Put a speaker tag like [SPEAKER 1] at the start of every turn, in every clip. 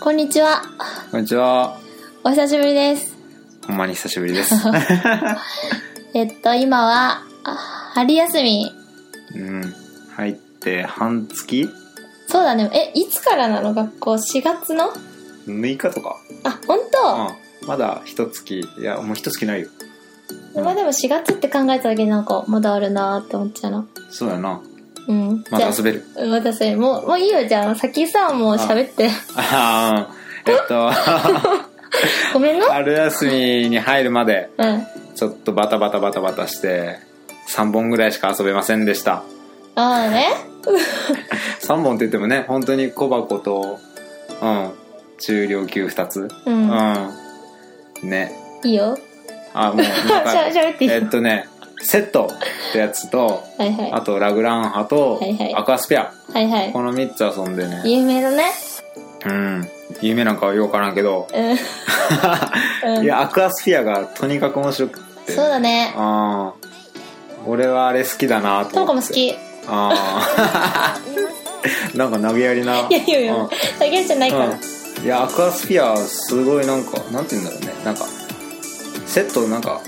[SPEAKER 1] こんにちは。
[SPEAKER 2] こんにちは。
[SPEAKER 1] お久しぶりです。
[SPEAKER 2] ほんまに久しぶりです。
[SPEAKER 1] えっと、今は、あ春休み。
[SPEAKER 2] うん。入って半月
[SPEAKER 1] そうだね。え、いつからなの学校 ?4 月の
[SPEAKER 2] ?6 日とか。
[SPEAKER 1] あ、ほんと、
[SPEAKER 2] うん。まだ一月。いや、もう一月ないよ。うん
[SPEAKER 1] まあでも4月って考えただけでなんか、まだあるなーって思っちゃうの。
[SPEAKER 2] そうだな。
[SPEAKER 1] うん。
[SPEAKER 2] ま
[SPEAKER 1] じゃ
[SPEAKER 2] だ
[SPEAKER 1] あ
[SPEAKER 2] 遊べる。
[SPEAKER 1] うんまたそれ、もう、もういいよ、じゃあ。先さ、もう喋って。
[SPEAKER 2] あーえっと、
[SPEAKER 1] ごめんな。
[SPEAKER 2] 春休みに入るまで、
[SPEAKER 1] うん。
[SPEAKER 2] ちょっとバタバタバタバタして、3本ぐらいしか遊べませんでした。
[SPEAKER 1] ああね。
[SPEAKER 2] 3本って言ってもね、本当に小箱と、うん、中量級2つ。
[SPEAKER 1] う。
[SPEAKER 2] うんん。ね。
[SPEAKER 1] いいよ。
[SPEAKER 2] あ、もう、なん
[SPEAKER 1] しゃ
[SPEAKER 2] か、
[SPEAKER 1] 喋っていい
[SPEAKER 2] え
[SPEAKER 1] よ。
[SPEAKER 2] っとね、セットってやつと、
[SPEAKER 1] はいはい。
[SPEAKER 2] あとラグランハと
[SPEAKER 1] はいはい
[SPEAKER 2] アクアスペア、
[SPEAKER 1] はいはい。
[SPEAKER 2] この3つ遊んでね
[SPEAKER 1] 有名だね。
[SPEAKER 2] うん夢なんかはようわからんけど、
[SPEAKER 1] うん。うん
[SPEAKER 2] い、やアクアスペアがとにかく面白くて
[SPEAKER 1] そうだね。
[SPEAKER 2] あー俺はあれ好きだなと
[SPEAKER 1] ト
[SPEAKER 2] 思
[SPEAKER 1] ン
[SPEAKER 2] っ
[SPEAKER 1] コも
[SPEAKER 2] て
[SPEAKER 1] 好き。い
[SPEAKER 2] あーなんか投げやりな
[SPEAKER 1] やいやい
[SPEAKER 2] うん
[SPEAKER 1] や、だけじゃないから。
[SPEAKER 2] うん、いやアクアスピアすごいなんかなんて言うんだろうねなんかセットなんか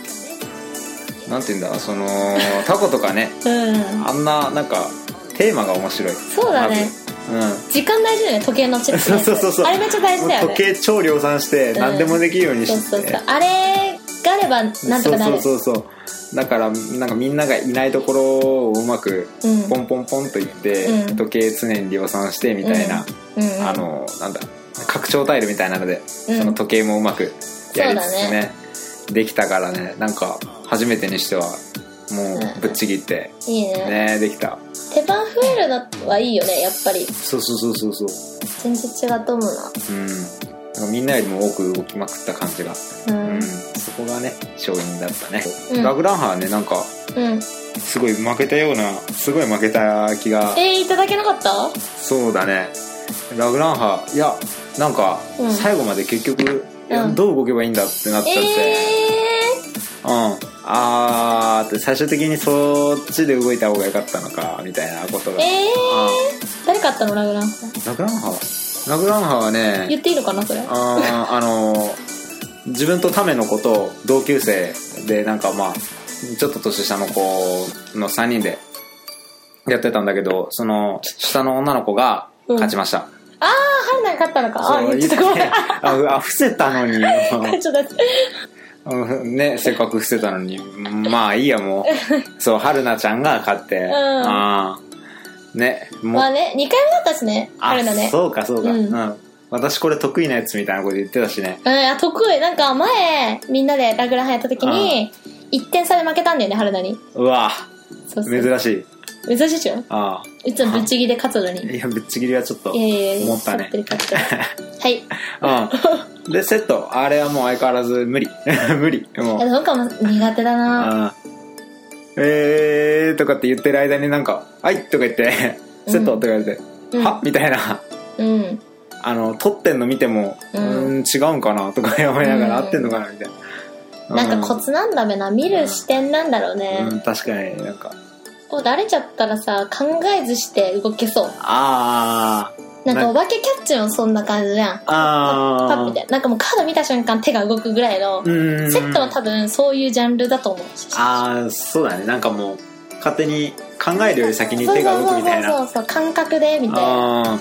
[SPEAKER 2] なんて言うんだろうそのタコとかね
[SPEAKER 1] うん。
[SPEAKER 2] あんななんかテーマが面白い
[SPEAKER 1] そうだね
[SPEAKER 2] まずうん
[SPEAKER 1] 時間大事だよね、時計のチェックね。
[SPEAKER 2] そうそうそう
[SPEAKER 1] あれめっちゃ大事だよ
[SPEAKER 2] 時
[SPEAKER 1] ね。
[SPEAKER 2] 計超量産して何でもできるように
[SPEAKER 1] そう
[SPEAKER 2] し
[SPEAKER 1] そう
[SPEAKER 2] て、
[SPEAKER 1] そう。あれがあればなんと
[SPEAKER 2] そ
[SPEAKER 1] か
[SPEAKER 2] う
[SPEAKER 1] な
[SPEAKER 2] そう
[SPEAKER 1] る。
[SPEAKER 2] そうそうだからなんかみんながいないところをうまく
[SPEAKER 1] うん
[SPEAKER 2] ポンポンポンといって、
[SPEAKER 1] うん
[SPEAKER 2] 時計常に量産してみたいな、
[SPEAKER 1] うんうん
[SPEAKER 2] あのなんだ拡張タイルみたいなので、
[SPEAKER 1] うん
[SPEAKER 2] その時計もうまくやりつつ
[SPEAKER 1] そうだ
[SPEAKER 2] ねできたからねなんか初めてにしてはもうぶっちぎって、
[SPEAKER 1] いいね。
[SPEAKER 2] ねできた
[SPEAKER 1] 手番増えるのはいいよね、やっぱり。
[SPEAKER 2] そうそうそうそうそう
[SPEAKER 1] 全然違うと思うな。
[SPEAKER 2] うんなんかみんなよりも多く動きまくった感じが
[SPEAKER 1] うん。
[SPEAKER 2] うん、そこがね勝因だったね、
[SPEAKER 1] うん
[SPEAKER 2] ラグランハはねなんか
[SPEAKER 1] うん。
[SPEAKER 2] すごい負けたようなすごい負けた気が
[SPEAKER 1] えー、いただけなかった
[SPEAKER 2] そうだねラグランハいやなんか
[SPEAKER 1] うん
[SPEAKER 2] 最後まで結局、いや
[SPEAKER 1] うん
[SPEAKER 2] どう動けばいいんだってなっちゃって、
[SPEAKER 1] え
[SPEAKER 2] うんあーって最終的にそっちで動いた方が良かったのかみたいなこと
[SPEAKER 1] ー、
[SPEAKER 2] が、
[SPEAKER 1] え
[SPEAKER 2] あ
[SPEAKER 1] ー、誰買ったのラグラン
[SPEAKER 2] ーラグランハはラグランハは
[SPEAKER 1] 言
[SPEAKER 2] ね
[SPEAKER 1] っていいのかなそれ。
[SPEAKER 2] あーあの自分とための子と同級生でなんかまあちょっと年下の子の3人でやってたんだけどその下の女の子が勝ちました、
[SPEAKER 1] あー、ハンナが買ったのか。あ
[SPEAKER 2] そう
[SPEAKER 1] ー、言ってた
[SPEAKER 2] 言
[SPEAKER 1] ご
[SPEAKER 2] っ
[SPEAKER 1] めん。
[SPEAKER 2] あうあ伏せたのに
[SPEAKER 1] ちょっと待って。
[SPEAKER 2] うんねせっかく伏せたのにまあいいやもうそう春菜ちゃんが勝って、
[SPEAKER 1] ん
[SPEAKER 2] あーねもう
[SPEAKER 1] まあね、2回目だったしね、
[SPEAKER 2] あ
[SPEAKER 1] あるのね。
[SPEAKER 2] そうかそうか、
[SPEAKER 1] う
[SPEAKER 2] うんん私これ得意なやつみたいなこと言ってたしね
[SPEAKER 1] うん、あ得意。なんか前、みんなでラグランやった時に、1点差で負けたんだよね、春菜に。
[SPEAKER 2] うわ
[SPEAKER 1] そうそう。
[SPEAKER 2] 珍し
[SPEAKER 1] 珍
[SPEAKER 2] い
[SPEAKER 1] しいでしょ
[SPEAKER 2] あ
[SPEAKER 1] いつもぶっちぎりで勝つのに。
[SPEAKER 2] ーいやぶっちぎりはちょっと
[SPEAKER 1] いやいやいや、
[SPEAKER 2] 思った
[SPEAKER 1] 勝
[SPEAKER 2] ね
[SPEAKER 1] ってる勝って る。はい。
[SPEAKER 2] うんでセットあれはもう相変わらず無理 無理もう
[SPEAKER 1] いや、どうかも苦手だな
[SPEAKER 2] あえーとかって言ってる間になんか「はい」とか言って「
[SPEAKER 1] うん
[SPEAKER 2] セット」とか言われて「
[SPEAKER 1] うん
[SPEAKER 2] はみたいな
[SPEAKER 1] うん。
[SPEAKER 2] あの撮ってんの見ても「う
[SPEAKER 1] うん
[SPEAKER 2] ーん違うんかな」とか思いながら
[SPEAKER 1] うん
[SPEAKER 2] 合ってんのかなみたいな
[SPEAKER 1] な
[SPEAKER 2] うん
[SPEAKER 1] かコツなんだべな、見る視点なんだろうね。
[SPEAKER 2] うん確かになんか
[SPEAKER 1] こう、だれちゃったらさ、考えずして動けそう。
[SPEAKER 2] あー
[SPEAKER 1] なんか
[SPEAKER 2] な
[SPEAKER 1] お化けキャッチもそんな感じじゃん。パッ
[SPEAKER 2] あ
[SPEAKER 1] みたいな。なんかもうカード見た瞬間手が動くぐらいの、
[SPEAKER 2] ーうん
[SPEAKER 1] セットは多分そういうジャンルだと思う。
[SPEAKER 2] ああそうだねなんかもう勝手に考えるより先に手が動くみたい
[SPEAKER 1] そ
[SPEAKER 2] な
[SPEAKER 1] うそうそうそう感覚でみたいな
[SPEAKER 2] あ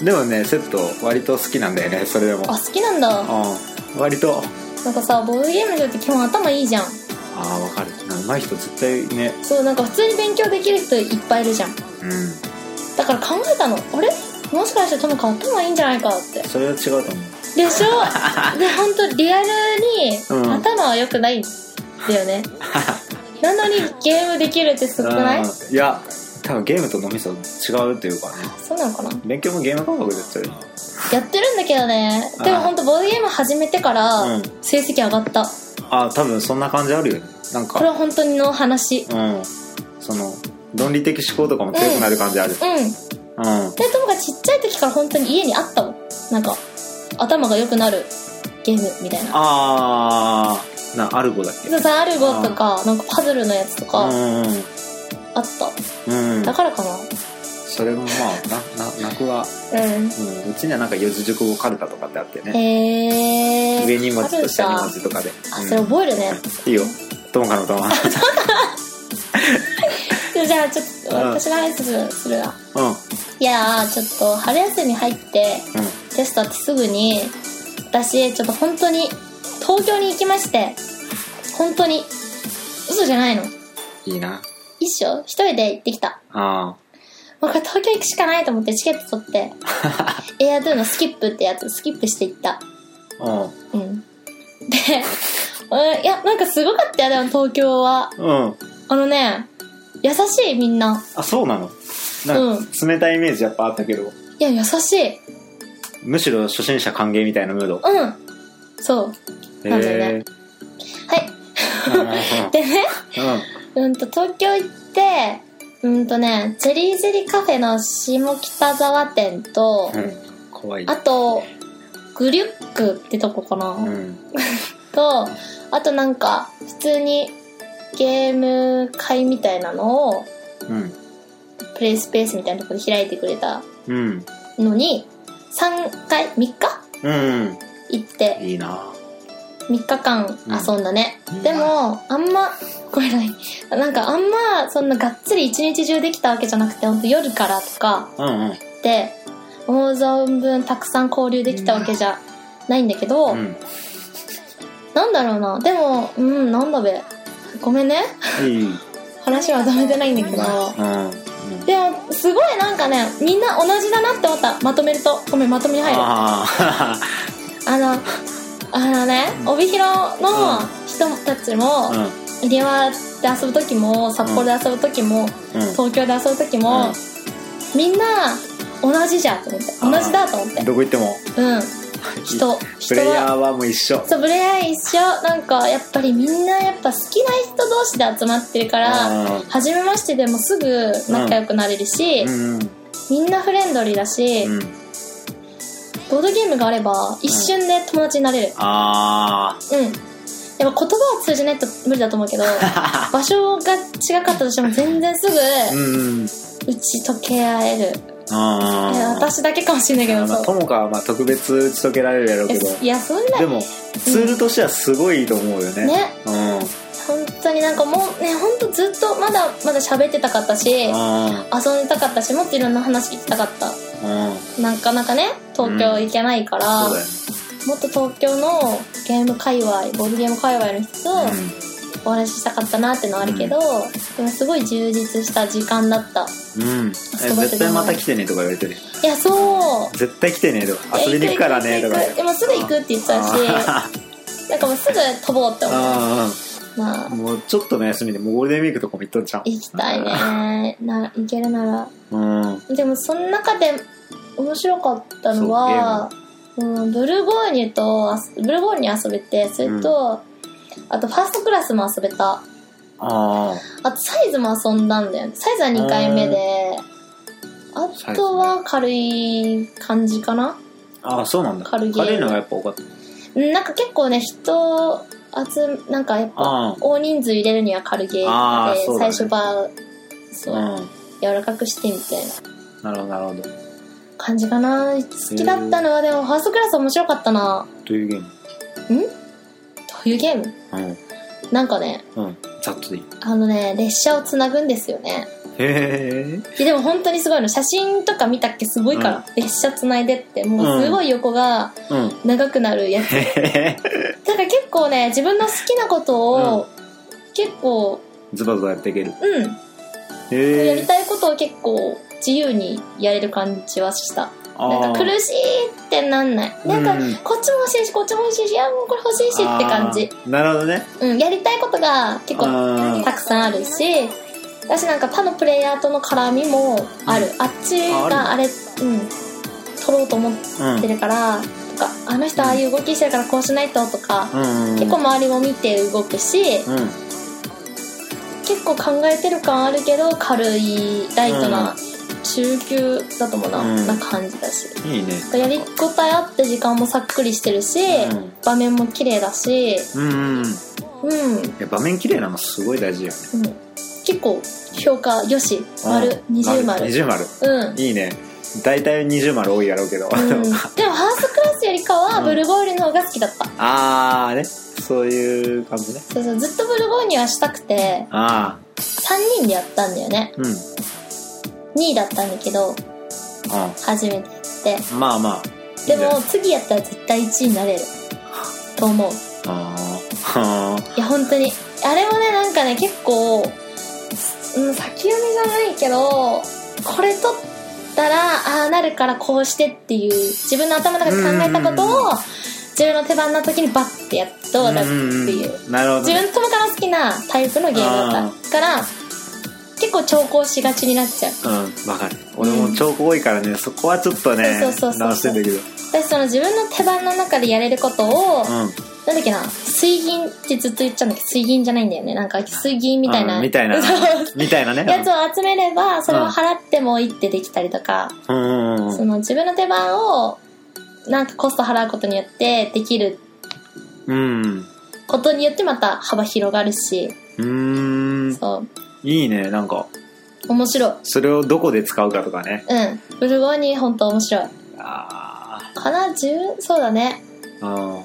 [SPEAKER 2] ーでもねセット割と好きなんだよねそれでも
[SPEAKER 1] あ好きなんだ
[SPEAKER 2] うん割と
[SPEAKER 1] なんかさボードゲームの人って基本頭いいじゃん
[SPEAKER 2] ああわかる上手い人絶対ね
[SPEAKER 1] そうなんか普通に勉強できる人いっぱいいるじゃん
[SPEAKER 2] うん
[SPEAKER 1] だから考えたのあれもしかしてともか頭いいんじゃないかって
[SPEAKER 2] それは違うと思
[SPEAKER 1] でし ょで本当リアル
[SPEAKER 2] う
[SPEAKER 1] に
[SPEAKER 2] ん
[SPEAKER 1] 頭は良くないんだよ ね、なのにゲームできるってすごくないう
[SPEAKER 2] いや多分ゲームと脳みそ違うというかね
[SPEAKER 1] そうなのかな
[SPEAKER 2] 勉強もゲーム感覚でやってる
[SPEAKER 1] やってるんだけどねでも
[SPEAKER 2] あー
[SPEAKER 1] 本当ボードゲーム始めてから
[SPEAKER 2] うん
[SPEAKER 1] 成績上がった、
[SPEAKER 2] ああ多分そんな感じあるよねなん
[SPEAKER 1] これ
[SPEAKER 2] か
[SPEAKER 1] は本当にの話
[SPEAKER 2] うんその論理的思考とかも強くなる感じある
[SPEAKER 1] うん
[SPEAKER 2] うん、
[SPEAKER 1] でともかちっちゃい時から本当に家にあったもんなんか頭が良くなるゲームみたいな
[SPEAKER 2] ああなアルゴだっけ
[SPEAKER 1] そうさアルゴとかなんかパズルのやつと
[SPEAKER 2] う
[SPEAKER 1] か
[SPEAKER 2] んうん
[SPEAKER 1] あった
[SPEAKER 2] うんうん
[SPEAKER 1] だからかな
[SPEAKER 2] それもまあなな泣くは、
[SPEAKER 1] う
[SPEAKER 2] うん、うちにはなんか四字熟語かるたとかってあって
[SPEAKER 1] ん。え
[SPEAKER 2] ね
[SPEAKER 1] ー。
[SPEAKER 2] 上に文字と下に
[SPEAKER 1] あ
[SPEAKER 2] 文
[SPEAKER 1] る
[SPEAKER 2] 字とかで、
[SPEAKER 1] かあ、
[SPEAKER 2] うん
[SPEAKER 1] それ覚えるね。
[SPEAKER 2] いいよともかのとも
[SPEAKER 1] じゃあ、ちょっと、
[SPEAKER 2] うん
[SPEAKER 1] 私が挨拶するわ。
[SPEAKER 2] うん
[SPEAKER 1] いやー、ちょっと、春休み入って、
[SPEAKER 2] うん
[SPEAKER 1] テストあってすぐに、私、ちょっと本当に、東京に行きまして、本当に、嘘じゃないの。
[SPEAKER 2] いいな
[SPEAKER 1] 一生、一人で行ってきた。
[SPEAKER 2] あ
[SPEAKER 1] もうこれ東京行くしかないと思ってチケット取 って、エアドゥのスキップってやつ、スキップしていった。
[SPEAKER 2] あうん
[SPEAKER 1] うん。で、うんいや、なんかすごかったよ、でも東京は。
[SPEAKER 2] うん
[SPEAKER 1] あのね、優しいみんな。
[SPEAKER 2] あそうなのなんか冷たいイメージやっぱあったけど、
[SPEAKER 1] いや、優しい。
[SPEAKER 2] むしろ初心者歓迎みたいなムード
[SPEAKER 1] うん。そう。
[SPEAKER 2] へ
[SPEAKER 1] なんだよねはい。でね、
[SPEAKER 2] えうん
[SPEAKER 1] うんと、東京行って、うんとね、ジェリージェリカフェの下北沢店と、
[SPEAKER 2] うん怖い
[SPEAKER 1] あと、グリュックってとこかな。
[SPEAKER 2] うん
[SPEAKER 1] と、あとなんか、普通にゲーム会みたいなのを、
[SPEAKER 2] うん
[SPEAKER 1] プレイスペースみたいなところで開いてくれた
[SPEAKER 2] うん
[SPEAKER 1] のに、3回、3日
[SPEAKER 2] うん
[SPEAKER 1] 行って、
[SPEAKER 2] いいな
[SPEAKER 1] 3日間遊んだね。
[SPEAKER 2] うん
[SPEAKER 1] でも、あんま、ごめんなさい。なんかあんま、そんながっつり一日中できたわけじゃなくて、ほんと夜からとか
[SPEAKER 2] うんうん
[SPEAKER 1] で、思う存分たくさん交流できたわけじゃないんだけど、
[SPEAKER 2] うん
[SPEAKER 1] なんだろうな。でも、うん、なんだべ。ごめんね。
[SPEAKER 2] いいうん
[SPEAKER 1] 話は止めてないんだけど。
[SPEAKER 2] うん
[SPEAKER 1] でもすごいなんかねみんな同じだなって思ったまとめるとごめんまとめに入るあ
[SPEAKER 2] あ
[SPEAKER 1] のあのね帯広の人たちも
[SPEAKER 2] あ うん
[SPEAKER 1] 入輪で遊ぶ時も札幌で遊ぶ時も
[SPEAKER 2] うん
[SPEAKER 1] 東京で遊ぶ時も
[SPEAKER 2] うん
[SPEAKER 1] みんな同じじゃんと思って
[SPEAKER 2] あー
[SPEAKER 1] 同じだと思って
[SPEAKER 2] どこ行っても
[SPEAKER 1] うん人
[SPEAKER 2] プ
[SPEAKER 1] 人
[SPEAKER 2] レイ
[SPEAKER 1] は
[SPEAKER 2] ヤーはもう一緒
[SPEAKER 1] そうブレイヤー一緒なんかやっぱりみんなやっぱ好きな人同士で集まってるから
[SPEAKER 2] あ
[SPEAKER 1] 初めましてでもすぐ仲良くなれるし、
[SPEAKER 2] ーうん
[SPEAKER 1] みんなフレンドリーだし、
[SPEAKER 2] うんうん
[SPEAKER 1] ボードゲームがあれば一瞬で友達になれる
[SPEAKER 2] あ
[SPEAKER 1] うん、やっぱ言葉は通じないと無理だと思うけど場所が違かったとしても全然す
[SPEAKER 2] あ
[SPEAKER 1] ぐ
[SPEAKER 2] うんうん
[SPEAKER 1] 打ち解け合える、
[SPEAKER 2] あ
[SPEAKER 1] いや
[SPEAKER 2] あ
[SPEAKER 1] 私だけかもしれないけど
[SPEAKER 2] まあ
[SPEAKER 1] そ
[SPEAKER 2] と
[SPEAKER 1] う
[SPEAKER 2] もかはまあ特別打ち解けられるやろうけど
[SPEAKER 1] いやそんな
[SPEAKER 2] でもツールとしてはすごいいいと思うよね
[SPEAKER 1] ね
[SPEAKER 2] うん
[SPEAKER 1] 本当になんかもうね本当ずっとまだまだ喋ってたかったし遊ん
[SPEAKER 2] あ
[SPEAKER 1] でたかったしもっといろんな話聞きたかった
[SPEAKER 2] あうん
[SPEAKER 1] なかなかね東京行けないから、
[SPEAKER 2] そうだよ
[SPEAKER 1] もっと東京のゲーム界隈ボードゲーム界隈の人と、
[SPEAKER 2] ね
[SPEAKER 1] お話ししたかったなってのはあるけど、でもすごい充実した時間だった
[SPEAKER 2] うんうんえ絶対また来てねとか言われてる
[SPEAKER 1] いやそう
[SPEAKER 2] 絶対来てねとか遊びに行くからねとか
[SPEAKER 1] でもうすぐ行くって言ってたし
[SPEAKER 2] あ
[SPEAKER 1] なんかもうすぐ飛ぼうって思う
[SPEAKER 2] あ
[SPEAKER 1] まあ
[SPEAKER 2] もうちょっとの休みでもうゴールデンウィークとかも行っとんじゃん
[SPEAKER 1] 行きたいねな行けるなら
[SPEAKER 2] うん
[SPEAKER 1] でもその中で面白かったのはう、ん、ブルゴーニュとあすブルゴーニュ遊べてそれと、あとファーストクラスも遊べた
[SPEAKER 2] ああ
[SPEAKER 1] あとサイズも遊んだんだよね。サイズは2回目で、
[SPEAKER 2] サ
[SPEAKER 1] あ
[SPEAKER 2] イズね
[SPEAKER 1] とは軽い感じかな。
[SPEAKER 2] ああそうなんだ
[SPEAKER 1] 軽
[SPEAKER 2] 軽
[SPEAKER 1] いゲ
[SPEAKER 2] い
[SPEAKER 1] ーム
[SPEAKER 2] のがやっぱ多かった
[SPEAKER 1] うんなんか結構ね、人集め、なんかやっぱ
[SPEAKER 2] ああ
[SPEAKER 1] 大人数入れるには軽ゲー
[SPEAKER 2] ああ
[SPEAKER 1] で、
[SPEAKER 2] そうだ
[SPEAKER 1] 最
[SPEAKER 2] ね
[SPEAKER 1] 初は、そう、
[SPEAKER 2] うん
[SPEAKER 1] 柔らかくしてみたいな
[SPEAKER 2] なるほどなるほど
[SPEAKER 1] 感じかな。好きだったのは、でもファーストクラス面白かったな。
[SPEAKER 2] どういうゲーム
[SPEAKER 1] というゲームなんかね、
[SPEAKER 2] うんうんざっとでいい
[SPEAKER 1] あのね、列車をつなぐんですよね。
[SPEAKER 2] へえ
[SPEAKER 1] いやでも本当にすごいの。写真とか見たっけすごいから。列車つないでって、もうすごい横が
[SPEAKER 2] うん
[SPEAKER 1] 長くなるやつ
[SPEAKER 2] へへへ
[SPEAKER 1] だから結構ね自分の好きなことを、結構
[SPEAKER 2] ズバズバやっていける
[SPEAKER 1] うんや
[SPEAKER 2] へ
[SPEAKER 1] り
[SPEAKER 2] え
[SPEAKER 1] たいことを結構自由にやれる感じはしたなんか苦しいってなんないなんか、
[SPEAKER 2] うん
[SPEAKER 1] こっちも欲しいしこっちも欲しいしいやもうこれ欲しいしって感じ、
[SPEAKER 2] あーなるほどね
[SPEAKER 1] うん、やりたいことが結構
[SPEAKER 2] あー
[SPEAKER 1] たくさんあるし私なんか他のプレイヤーとの絡みもある、あっちが
[SPEAKER 2] あ
[SPEAKER 1] あれうん取ろうと思っ
[SPEAKER 2] うん
[SPEAKER 1] てるから、とかあの人ああいう動きしてるからこうしないととか、
[SPEAKER 2] うんうん
[SPEAKER 1] 結構周りも見て動くし、
[SPEAKER 2] うん
[SPEAKER 1] 結構考えてる感あるけど軽いライトな、
[SPEAKER 2] うん
[SPEAKER 1] 中級だともな,、
[SPEAKER 2] うん
[SPEAKER 1] な感じだし
[SPEAKER 2] いいね
[SPEAKER 1] やりごたえあって時間もさっくりしてるし、
[SPEAKER 2] うん
[SPEAKER 1] 場面も綺麗だし
[SPEAKER 2] うんうんい
[SPEAKER 1] うん、うん、
[SPEAKER 2] や場面綺麗なのすごい大事よね
[SPEAKER 1] 結構評価よし丸二重丸
[SPEAKER 2] 二重丸
[SPEAKER 1] うん
[SPEAKER 2] いいね大体二重丸多いやろうけど、
[SPEAKER 1] うん、でもハースクラスよりかはブルゴーニュの方が好きだった、
[SPEAKER 2] ああねそういう感じね
[SPEAKER 1] そうそうずっとブルゴーニュはしたくて
[SPEAKER 2] ああ
[SPEAKER 1] 3人でやったんだよね
[SPEAKER 2] うんうん
[SPEAKER 1] 2位だったんだけど初めてやって
[SPEAKER 2] まあまあいい
[SPEAKER 1] で
[SPEAKER 2] んじゃない
[SPEAKER 1] も次やったら絶対1位になれると思う
[SPEAKER 2] あーあ
[SPEAKER 1] いや本当にあれもねなんかね結構、うん、先読みじゃないけどこれ取ったらああなるからこうしてっていう自分の頭の中で考えたことを自分の手番の時にバッてやっと
[SPEAKER 2] ー
[SPEAKER 1] だっていう
[SPEAKER 2] うんなるほど
[SPEAKER 1] 自
[SPEAKER 2] ね
[SPEAKER 1] 分友から好きなタイプのゲームだったから結構調校しがちになっちゃう
[SPEAKER 2] うんわかる俺も超多いからね、そこはちょっとね
[SPEAKER 1] そうそうそうそう
[SPEAKER 2] 直してんだけど
[SPEAKER 1] 私その自分の手番の中でやれることを、
[SPEAKER 2] うん
[SPEAKER 1] なんだっけな水銀ってずっと言っちゃうんだけど水銀じゃないんだよねなんか水銀みたいな
[SPEAKER 2] うんみ たいな
[SPEAKER 1] そう
[SPEAKER 2] みたいなね
[SPEAKER 1] やつを集めればそれを払ってもう一手できたりとか、
[SPEAKER 2] うんうんうんうん
[SPEAKER 1] その自分の手番をなんかコスト払うことによってできる
[SPEAKER 2] うん
[SPEAKER 1] ことによってまた幅広がるし
[SPEAKER 2] うーん
[SPEAKER 1] そ
[SPEAKER 2] いいねなんか
[SPEAKER 1] う面白い
[SPEAKER 2] それをどこで使うかとかね
[SPEAKER 1] うんブルゴーニュ本当面白い
[SPEAKER 2] あ
[SPEAKER 1] かな10そうだね
[SPEAKER 2] あうん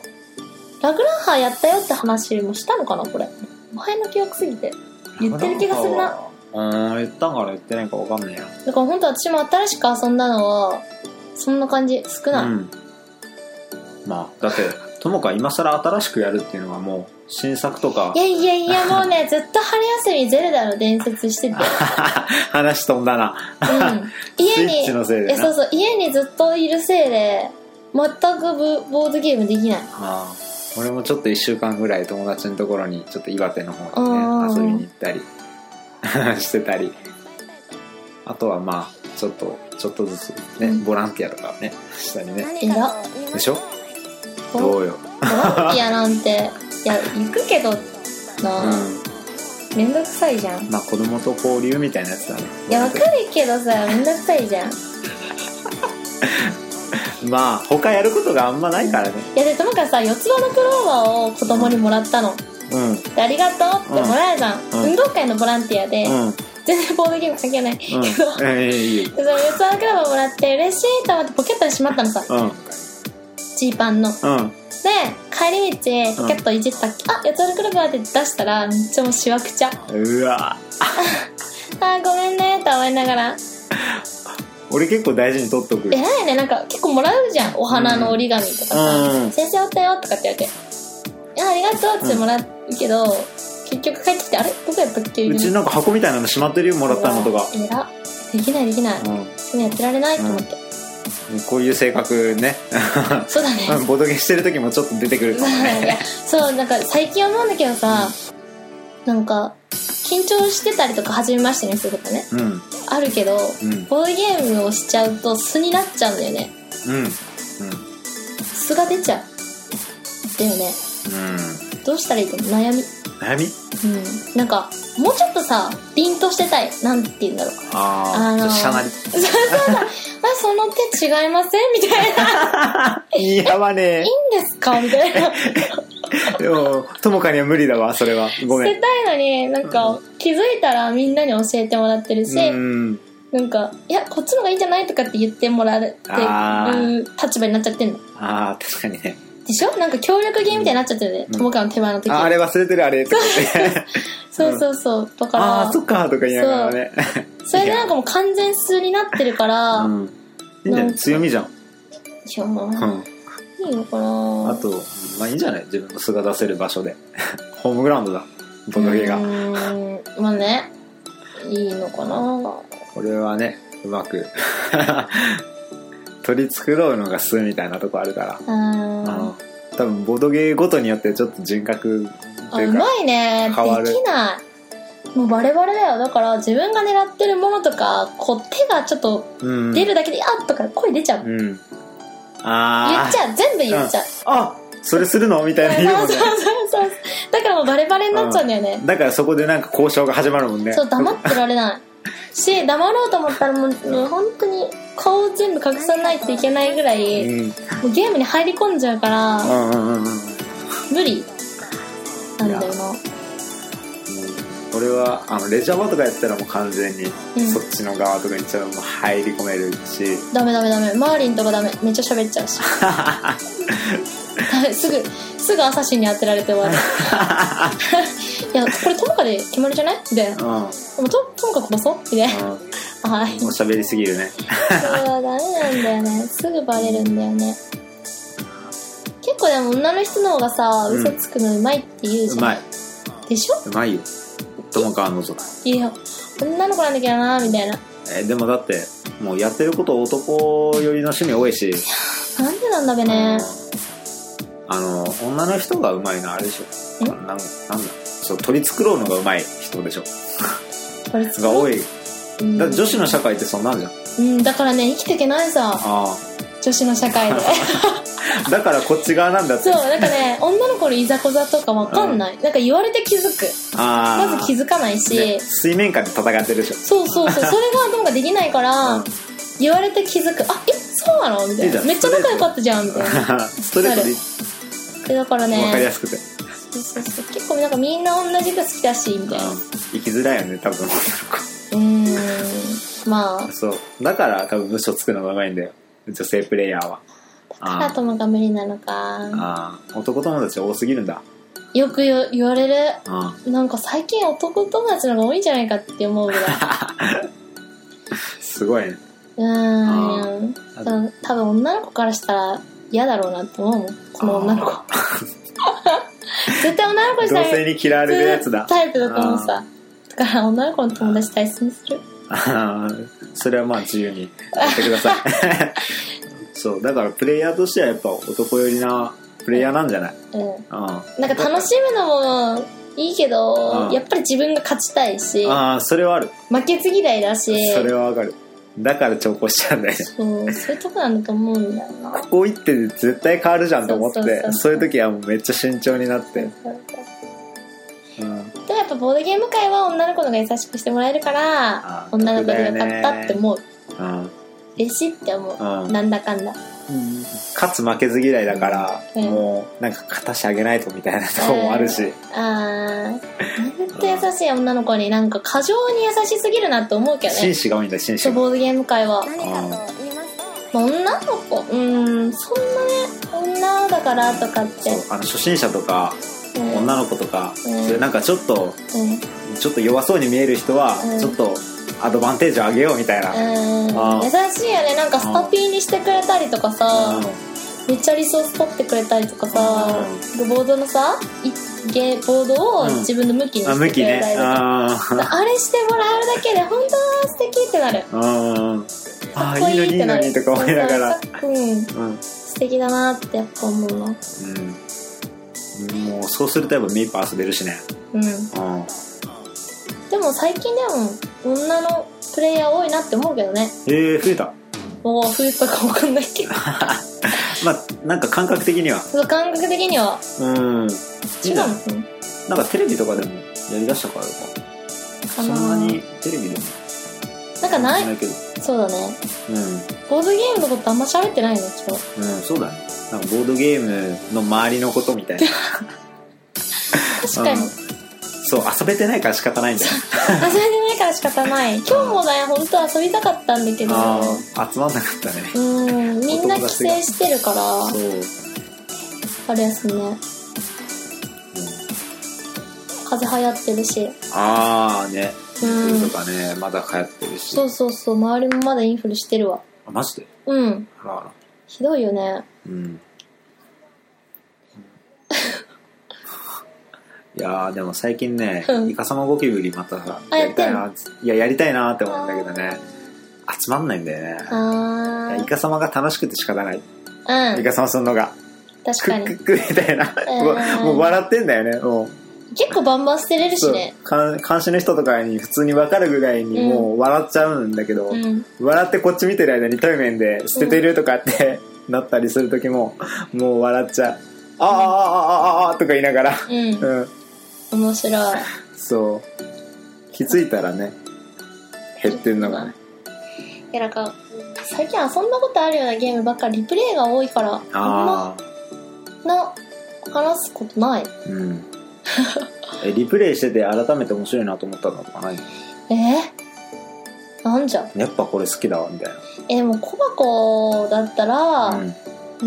[SPEAKER 1] ラグランハーやったよって話もしたのかなこれ前の記憶すぎて言ってる気がするな
[SPEAKER 2] うん言ったんから言ってないか分かんないや
[SPEAKER 1] だから本当私も新しく遊んだのはそんな感じ少ない、
[SPEAKER 2] うんまあだってともか今更新しくやるっていうのはもう新作とか
[SPEAKER 1] いやいやいやもうねずっと春休みゼルダの伝説して て、
[SPEAKER 2] 話飛んだな
[SPEAKER 1] うん、
[SPEAKER 2] ス
[SPEAKER 1] 家
[SPEAKER 2] イッ
[SPEAKER 1] に
[SPEAKER 2] チのせい
[SPEAKER 1] い
[SPEAKER 2] で
[SPEAKER 1] や
[SPEAKER 2] な
[SPEAKER 1] そうそう家にずっといるせいで全くブボードゲームできない
[SPEAKER 2] あー俺もちょっと1週間ぐらい友達のところにちょっと岩手の
[SPEAKER 1] あ
[SPEAKER 2] 方に
[SPEAKER 1] ー
[SPEAKER 2] ね遊びに行ったり してたりあとはまあちょっとちょっとずつ
[SPEAKER 1] う
[SPEAKER 2] ね、
[SPEAKER 1] ん
[SPEAKER 2] ボランティアとかねしたりね
[SPEAKER 1] えら
[SPEAKER 2] でしょ
[SPEAKER 1] ボ
[SPEAKER 2] ど
[SPEAKER 1] ボ
[SPEAKER 2] うよ、
[SPEAKER 1] ランティアなんていや行くけどな、
[SPEAKER 2] う
[SPEAKER 1] めんどくさいじゃん
[SPEAKER 2] んまあ子供と交流みたいなやつだね
[SPEAKER 1] いやわかるけどさめんどくさいじゃんい
[SPEAKER 2] まあ他やることがあんまないからね
[SPEAKER 1] やでともかくさ四つ葉のクローバーを子供にもらったの
[SPEAKER 2] うん
[SPEAKER 1] でありがとうってもらえたん、
[SPEAKER 2] うん
[SPEAKER 1] 運動会のボランティアで、
[SPEAKER 2] うん
[SPEAKER 1] 全然ボードゲーム関係ないけど、でその
[SPEAKER 2] うんええいいよ
[SPEAKER 1] 四つ葉のクローバーもらって嬉しいと思ってポケットにしまったのさ
[SPEAKER 2] うん
[SPEAKER 1] ジーパンの
[SPEAKER 2] うん
[SPEAKER 1] で帰り道ポケットいじったっけ、あ四つ葉のクローバーって出したらめっちゃもうしわくちゃ
[SPEAKER 2] うわ
[SPEAKER 1] あーごめんねと思いながら
[SPEAKER 2] 俺結構大事に取っとく
[SPEAKER 1] 偉いねなんか結構もらうじゃんお花の折り紙とかさ「
[SPEAKER 2] うん
[SPEAKER 1] 先生おったよ」とかって言われて「いやありがとう」ってもらうけど、結局帰ってきて「あれ僕やったっけ?」
[SPEAKER 2] うちなんか箱みたいなのしまってるよもらったのとか
[SPEAKER 1] 偉っできないできない、
[SPEAKER 2] う
[SPEAKER 1] そんなやってられないと思って、
[SPEAKER 2] んこういう性格ね
[SPEAKER 1] そうだね、
[SPEAKER 2] うんボドゲしてる時もちょっと出てくるかも
[SPEAKER 1] いや
[SPEAKER 2] ね
[SPEAKER 1] そうなんか最近思うんだけどさ、なんか緊張してたりとか初めましての人とかね
[SPEAKER 2] うんうん
[SPEAKER 1] あるけど、
[SPEAKER 2] ん
[SPEAKER 1] ボードゲームをしちゃうと素になっちゃうんだよね
[SPEAKER 2] うんうん
[SPEAKER 1] 素が出ちゃうだよねどうしたらいいと思う悩み
[SPEAKER 2] 悩み
[SPEAKER 1] うんなんかもうちょっとさ凛としてたいなんて言うんだろう
[SPEAKER 2] あ
[SPEAKER 1] あの
[SPEAKER 2] あ
[SPEAKER 1] ー
[SPEAKER 2] しゃなり
[SPEAKER 1] あその手違いませんみた いな
[SPEAKER 2] いやばね
[SPEAKER 1] いいんですかみたいな捨
[SPEAKER 2] でもともかには無理だわそれは ご め
[SPEAKER 1] て
[SPEAKER 2] ん
[SPEAKER 1] たいのになんか気づいたらみんなに教えてもらってるし、
[SPEAKER 2] うん
[SPEAKER 1] なんか「いやこっちの方がいいんじゃない?」とかって言ってもらって
[SPEAKER 2] あー
[SPEAKER 1] る立場になっちゃってんの
[SPEAKER 2] ああ確かにね
[SPEAKER 1] でしょなんか協力ゲームみたいになっちゃってるね
[SPEAKER 2] うん
[SPEAKER 1] 友果の手前の時
[SPEAKER 2] ああれ忘れてるあれとかね
[SPEAKER 1] そうそうそうだから
[SPEAKER 2] ああそっかとか言いながらね
[SPEAKER 1] それでなんかもう完全数になってるから、
[SPEAKER 2] うんいいんじゃない強みじゃん
[SPEAKER 1] いやもう
[SPEAKER 2] うん
[SPEAKER 1] いいのかな
[SPEAKER 2] あと、まあいいんじゃない自分の素が出せる場所で。 ホームグラウンドだ。ボドゲ
[SPEAKER 1] う
[SPEAKER 2] が。
[SPEAKER 1] ーんまあねいいのかな
[SPEAKER 2] これはね、うまく。取り繕うのが素みたいなとこあるから。
[SPEAKER 1] あ
[SPEAKER 2] あ
[SPEAKER 1] ー
[SPEAKER 2] の多分ボドゲごとによってちょっと人格と
[SPEAKER 1] あ
[SPEAKER 2] いううか、
[SPEAKER 1] まいね
[SPEAKER 2] 変わる
[SPEAKER 1] できないもうバレバレだよだから自分が狙ってるものとかこう手がちょっと
[SPEAKER 2] うん。
[SPEAKER 1] 出るだけで「あっ!」とか声出ちゃう、
[SPEAKER 2] うん。
[SPEAKER 1] 言
[SPEAKER 2] あ
[SPEAKER 1] っ
[SPEAKER 2] ー
[SPEAKER 1] ちゃう全部言っちゃう、
[SPEAKER 2] あそれするのみたいな言うも
[SPEAKER 1] そ
[SPEAKER 2] ん
[SPEAKER 1] うそ
[SPEAKER 2] ね
[SPEAKER 1] う。そうそうだからもうバレバレになっちゃうんだよね、
[SPEAKER 2] だからそこでなんか交渉が始まるもんね。
[SPEAKER 1] そう黙ってられないし黙ろうと思ったらもうもう本当に顔を全部隠さないといけないぐら
[SPEAKER 2] う
[SPEAKER 1] い、
[SPEAKER 2] ん。うん
[SPEAKER 1] もうゲームに入り込んじゃうから、
[SPEAKER 2] うんうんうん。
[SPEAKER 1] 無理なんだよな
[SPEAKER 2] うん俺はあのレジャーバとかやったらもう完全に
[SPEAKER 1] うん
[SPEAKER 2] そっちの側とかにちょっともう入り込めるし、
[SPEAKER 1] ダメダメダメマーリンとかダメめっちゃ喋っちゃう しダメすぐすぐアサシンに当てられて終 わるいやこれトモカで決まりじゃないみたいなで
[SPEAKER 2] うんうん
[SPEAKER 1] もトトモカ殺そうみたいなはい
[SPEAKER 2] もう喋りすぎるね
[SPEAKER 1] そうダメなんだよねすぐバレるんだよね結構でも女の人の方がさ
[SPEAKER 2] うん
[SPEAKER 1] 嘘つくのうまいって言うじゃ
[SPEAKER 2] う
[SPEAKER 1] ん、
[SPEAKER 2] まい
[SPEAKER 1] でしょ
[SPEAKER 2] うまいよ友川のぞだ
[SPEAKER 1] いや女の子なんだけどなみたいな
[SPEAKER 2] えーでもだってもうやってること男寄りの趣味多いし、
[SPEAKER 1] なんでなんだべね
[SPEAKER 2] あの女の人がうまいのはあれでしょ
[SPEAKER 1] ん
[SPEAKER 2] なんなんだそう取り繕うのがうまい人でしょ
[SPEAKER 1] これす
[SPEAKER 2] が多い
[SPEAKER 1] うん
[SPEAKER 2] だって女子の社会ってそんなんじゃん
[SPEAKER 1] うんだからね生きていけないさ
[SPEAKER 2] あ
[SPEAKER 1] 女子の社会で
[SPEAKER 2] あだからこっち側なんだって
[SPEAKER 1] そうなんかね女の子のいざこざとかわかんない、なんか言われて気づく
[SPEAKER 2] ああ
[SPEAKER 1] まず気づかないし、
[SPEAKER 2] ね水面下で戦ってるでしょ
[SPEAKER 1] そうそう そうそれがなんかできないから、
[SPEAKER 2] うん
[SPEAKER 1] 言われて気づくあえそうなのみた
[SPEAKER 2] いい
[SPEAKER 1] い
[SPEAKER 2] じゃ
[SPEAKER 1] なんめっちゃ仲良かったじゃんみたい な
[SPEAKER 2] ストレートで
[SPEAKER 1] でだから
[SPEAKER 2] 分かりや
[SPEAKER 1] ね
[SPEAKER 2] すくて、
[SPEAKER 1] そうそうそう結構なんかみんな同じが好きだしみたいな
[SPEAKER 2] うん生きづらいよね多分
[SPEAKER 1] うんーんまあ
[SPEAKER 2] そうだから多分無所つくのがうまいんだよ女性プレイヤーは
[SPEAKER 1] だから友が無理なのか
[SPEAKER 2] ああ男友達多すぎるんだ
[SPEAKER 1] よくよ言われる
[SPEAKER 2] うん
[SPEAKER 1] なんか最近男友達の方が多いんじゃないかって思う ぐらい
[SPEAKER 2] すごいね
[SPEAKER 1] うーん
[SPEAKER 2] あ
[SPEAKER 1] うん多分女の子からしたら嫌だろうなって思うもんこの女の子 絶対女の子にした
[SPEAKER 2] 同
[SPEAKER 1] ら
[SPEAKER 2] 性に嫌われるやつだ
[SPEAKER 1] タイプだと思うさだから女の子の友達大切にする
[SPEAKER 2] あーそれはまあ自由にやってくだ さいそうだからプレイヤーとしてはやっぱ男寄りなプレイヤーなんじゃない、
[SPEAKER 1] う
[SPEAKER 2] うん、あ
[SPEAKER 1] んなんか楽しむのもいいけど
[SPEAKER 2] うん
[SPEAKER 1] やっぱり自分が勝ちたいし
[SPEAKER 2] あそれはある
[SPEAKER 1] 負けず嫌いだし
[SPEAKER 2] それはわかるだから調校しちゃうんだよね
[SPEAKER 1] そうそういうとこなんだと思うんだよな
[SPEAKER 2] ここ行って絶対変わるじゃんと思って
[SPEAKER 1] そ
[SPEAKER 2] そう
[SPEAKER 1] そ
[SPEAKER 2] う
[SPEAKER 1] うそうそう
[SPEAKER 2] いう時はもうめっちゃ慎重になって、うん、
[SPEAKER 1] でもやっぱボードゲーム界は女の子の方が優しくしてもらえるから
[SPEAKER 2] あー
[SPEAKER 1] 女の子でよかったって思う
[SPEAKER 2] うん
[SPEAKER 1] 嬉しいって思う、
[SPEAKER 2] うん
[SPEAKER 1] なんだかんだ
[SPEAKER 2] 勝つ負けず嫌いだから、
[SPEAKER 1] うん
[SPEAKER 2] もうなんか肩し上げないとみたいなとこもあるし、
[SPEAKER 1] あーほんと優しい女の子になんか過剰に優しすぎるなって思うけど
[SPEAKER 2] 紳
[SPEAKER 1] ね
[SPEAKER 2] 士が多いんだよ紳
[SPEAKER 1] そ
[SPEAKER 2] 士
[SPEAKER 1] う
[SPEAKER 2] が
[SPEAKER 1] ボードゲーム界は
[SPEAKER 3] 何かと言いますと、
[SPEAKER 1] まあ、女の子うーんそんなね女だからとかって
[SPEAKER 2] そうあの初心者とか
[SPEAKER 1] うん
[SPEAKER 2] 女の子とか、
[SPEAKER 1] うん
[SPEAKER 2] そういうなんかちょっと
[SPEAKER 1] うん
[SPEAKER 2] ちょっと弱そうに見える人は、
[SPEAKER 1] うん
[SPEAKER 2] ちょっとアドバンテージを上げようみたいな、
[SPEAKER 1] う
[SPEAKER 2] あ
[SPEAKER 1] ん
[SPEAKER 2] ー
[SPEAKER 1] 優しいよねなんかスタピーにしてくれたりとかさ
[SPEAKER 2] うん
[SPEAKER 1] めっちゃ理想スポってくれたりとかさボードのさいゲボードを
[SPEAKER 2] うん
[SPEAKER 1] 自分の向きに
[SPEAKER 2] あ
[SPEAKER 1] し
[SPEAKER 2] 向
[SPEAKER 1] てく
[SPEAKER 2] き
[SPEAKER 1] れ
[SPEAKER 2] ね
[SPEAKER 1] たりとか、
[SPEAKER 2] あ
[SPEAKER 1] あれしてもらえるだけで本当は素敵ってなる
[SPEAKER 2] ーうんあ
[SPEAKER 1] かっこ
[SPEAKER 2] ー
[SPEAKER 1] い
[SPEAKER 2] いいの
[SPEAKER 1] いっ
[SPEAKER 2] にいい
[SPEAKER 1] て
[SPEAKER 2] の
[SPEAKER 1] なる
[SPEAKER 2] にとか思いながら
[SPEAKER 1] そうそううん
[SPEAKER 2] うん
[SPEAKER 1] 素敵だなってやっぱ思うの
[SPEAKER 2] うんもうそうするとやっぱミーパー遊べるしね
[SPEAKER 1] うん
[SPEAKER 2] うん
[SPEAKER 1] でも最近でも女のプレイヤー多いなって思うけどね
[SPEAKER 2] えー、増えた
[SPEAKER 1] もう冬とかわかんないけ ど
[SPEAKER 2] まあなんか感覚的には
[SPEAKER 1] そう感覚的には
[SPEAKER 2] うん
[SPEAKER 1] 違う
[SPEAKER 2] な
[SPEAKER 1] のかな
[SPEAKER 2] なんかテレビとかでもやりだしたからかそ
[SPEAKER 1] か
[SPEAKER 2] ん
[SPEAKER 1] な
[SPEAKER 2] なにテレビでも
[SPEAKER 1] なんかない
[SPEAKER 2] ないけど
[SPEAKER 1] そうだね
[SPEAKER 2] う
[SPEAKER 1] ボードゲームのことあんま喋ってないの今日
[SPEAKER 2] んうんそうだねなんかボードゲームの周りのことみたいな
[SPEAKER 1] 確かに
[SPEAKER 2] うんそう遊べてないから仕方ないんだよ
[SPEAKER 1] 遊べてないから仕方ない今日もね本当は遊びたかったんだけど
[SPEAKER 2] ああ集まんなかったね
[SPEAKER 1] うんみんな帰省してるから
[SPEAKER 2] そう、うん、
[SPEAKER 1] 春休みね風邪流行ってるし
[SPEAKER 2] ああね
[SPEAKER 1] うん
[SPEAKER 2] 冬とかねまだ流行ってるし
[SPEAKER 1] そうそうそう周りもまだインフルしてるわ
[SPEAKER 2] あマジで
[SPEAKER 1] うん
[SPEAKER 2] あらあら
[SPEAKER 1] ひどいよね
[SPEAKER 2] うんいやーでも最近ね、
[SPEAKER 1] うん
[SPEAKER 2] イカサマゴキブリまたさ
[SPEAKER 1] あ
[SPEAKER 2] やりたい
[SPEAKER 1] や
[SPEAKER 2] ないややりたいなーって思うんだけどね集まんないんだよね
[SPEAKER 1] あ
[SPEAKER 2] いやイ
[SPEAKER 1] ー
[SPEAKER 2] カサマが楽しくて仕方ない、
[SPEAKER 1] う
[SPEAKER 2] イ
[SPEAKER 1] ん
[SPEAKER 2] カサマするのが
[SPEAKER 1] 確
[SPEAKER 2] ク
[SPEAKER 1] か
[SPEAKER 2] ッ
[SPEAKER 1] に
[SPEAKER 2] クックみたいな、
[SPEAKER 1] うん
[SPEAKER 2] もうもう笑ってんだよねもう
[SPEAKER 1] 結構バンバン捨てれるし
[SPEAKER 2] そう
[SPEAKER 1] ね
[SPEAKER 2] かん監視の人とかに普通に分かるぐらいにもう笑っちゃうんだけど、
[SPEAKER 1] うん
[SPEAKER 2] 笑ってこっち見てる間に対面で捨ててるとかって、 なったりする時ももう笑っちゃう「あああああああ」とか言いながら
[SPEAKER 1] うん
[SPEAKER 2] うん
[SPEAKER 1] 面白い
[SPEAKER 2] そう気づいたらね減ってんのがね
[SPEAKER 1] いやなんか最近遊んだことあるようなゲームばっかりリプレイが多いからあんま
[SPEAKER 2] あ
[SPEAKER 1] な話すことない
[SPEAKER 2] ーうんえリプレイしてて改めて面白いなと思ったのとかない
[SPEAKER 1] えー、なんじゃ
[SPEAKER 2] やっぱこれ好きだわみたい
[SPEAKER 1] えー、もう小箱だったら、
[SPEAKER 2] な、うん、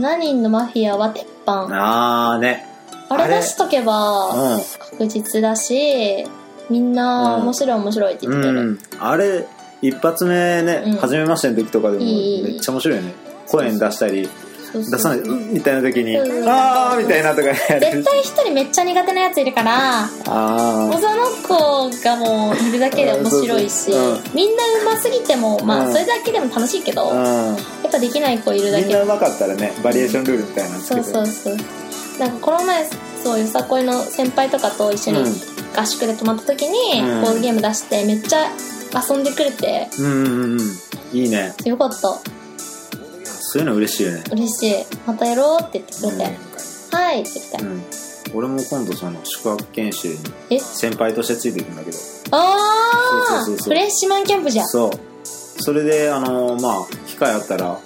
[SPEAKER 1] 7人のマフィアは鉄板
[SPEAKER 2] ああね
[SPEAKER 1] あれ出しとけば
[SPEAKER 2] う
[SPEAKER 1] 確実だしみんな
[SPEAKER 2] うん
[SPEAKER 1] 面白い面白いって言っ
[SPEAKER 2] ん、
[SPEAKER 1] て
[SPEAKER 2] う
[SPEAKER 1] る、
[SPEAKER 2] ん、あれ一発目ね、
[SPEAKER 1] うん
[SPEAKER 2] 初めましての時とかでも
[SPEAKER 1] いい
[SPEAKER 2] めっちゃ面白いよね声に出したり
[SPEAKER 1] そうそう
[SPEAKER 2] 出さないうんみたいな時に
[SPEAKER 1] うん
[SPEAKER 2] ああみたいなとかやれる
[SPEAKER 1] 絶対一人めっちゃ苦手なやついるから
[SPEAKER 2] あ
[SPEAKER 1] もう
[SPEAKER 2] あ
[SPEAKER 1] その子がもういるだけで面白いし、
[SPEAKER 2] うんそうそう
[SPEAKER 1] みんな上手すぎてもまあ
[SPEAKER 2] うん
[SPEAKER 1] それだけでも楽しいけど、やっ
[SPEAKER 2] うん
[SPEAKER 1] ぱできない子いるだ
[SPEAKER 2] みん
[SPEAKER 1] け
[SPEAKER 2] なうまかったらねバリエーションルールみたいなんです
[SPEAKER 1] そ
[SPEAKER 2] け
[SPEAKER 1] う
[SPEAKER 2] ど
[SPEAKER 1] そうそうなんかこの前そうよさこいの先輩とかと一緒に合宿で泊まった時に
[SPEAKER 2] うん
[SPEAKER 1] ボードゲーム出してめっちゃ遊んでくれて
[SPEAKER 2] うんうんうんうんいいね
[SPEAKER 1] よかった
[SPEAKER 2] そういうの嬉しいよね
[SPEAKER 1] 嬉しいまたやろうって言ってくれて「はい」って言って
[SPEAKER 2] うん、うん俺も今度その宿泊研修に
[SPEAKER 1] 「え
[SPEAKER 2] 先輩としてついていくんだけど
[SPEAKER 1] ああ
[SPEAKER 2] そうそうそうそう
[SPEAKER 1] フレッシュマンキャンプじゃん」
[SPEAKER 2] そうそれであのーまあ機会あったら持